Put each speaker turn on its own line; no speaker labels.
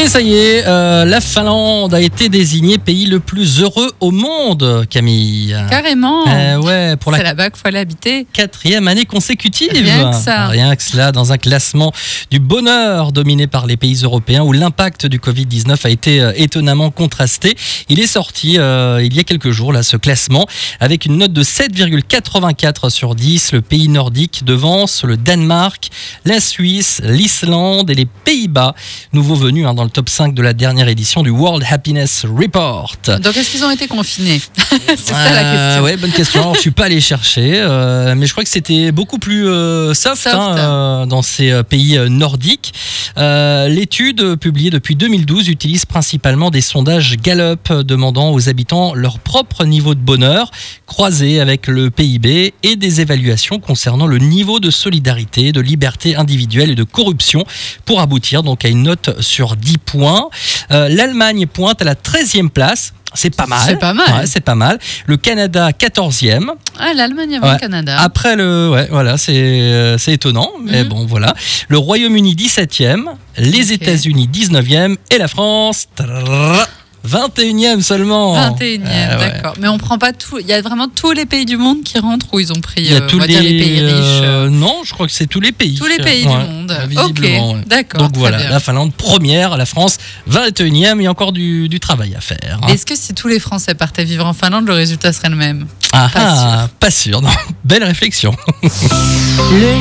Et ça y est, euh, la Finlande a été désignée pays le plus heureux au monde, Camille.
Carrément.
Euh, ouais, pour la
C'est là-bas qu'il faut l'habiter.
quatrième année consécutive.
Rien que ça.
Rien que cela, dans un classement du bonheur dominé par les pays européens où l'impact du Covid-19 a été euh, étonnamment contrasté. Il est sorti euh, il y a quelques jours, là, ce classement, avec une note de 7,84 sur 10. Le pays nordique devance le Danemark, la Suisse, l'Islande et les Pays-Bas. Nouveau venu hein, dans le top 5 de la dernière édition du World Happiness Report.
Donc, est-ce qu'ils ont été confinés C'est ça la
Euh,
question.
ouais, bonne question. Alors, je suis pas allé chercher, euh, mais je crois que c'était beaucoup plus euh, soft,
Soft.
hein, euh, dans ces euh, pays euh, nordiques. Euh, L'étude euh, publiée depuis 2012 utilise principalement des sondages Gallup euh, demandant aux habitants leur propre niveau de bonheur croisé avec le PIB et des évaluations concernant le niveau de solidarité, de liberté individuelle et de corruption pour aboutir donc à une note sur 10 points. Euh, L'Allemagne pointe à la 13e place. C'est pas mal.
C'est pas mal.
Ouais, c'est pas mal. Le Canada, 14e.
Ah, l'Allemagne avant
Ouais. Ah,
le Canada.
Après le. Ouais, voilà, c'est euh, c'est étonnant. Mais
Ah. Mhm.
bon, voilà. Le Royaume-Uni, 17e. Les
Ok.
États-Unis, 19e. Et la France, trrr, 21e seulement.
21e,
Ah, ouais.
d'accord. Mais on prend pas tout. Il y a vraiment tous les pays du monde qui rentrent où ils ont pris,
Il y a
euh,
tous
on va dire, les pays riches. euh,
euh, non, je crois que c'est tous les pays.
tous les pays
Ouais,
du monde. Ok,
visiblement, ouais.
d'accord.
Donc
très
voilà,
bien.
la Finlande première, la France 21e, il y a encore du, du travail à faire. hein.
Est-ce que si tous les Français partaient vivre en Finlande, le résultat serait le même
Ah,
pas
ah, pas sûr. non. Belle réflexion.
Le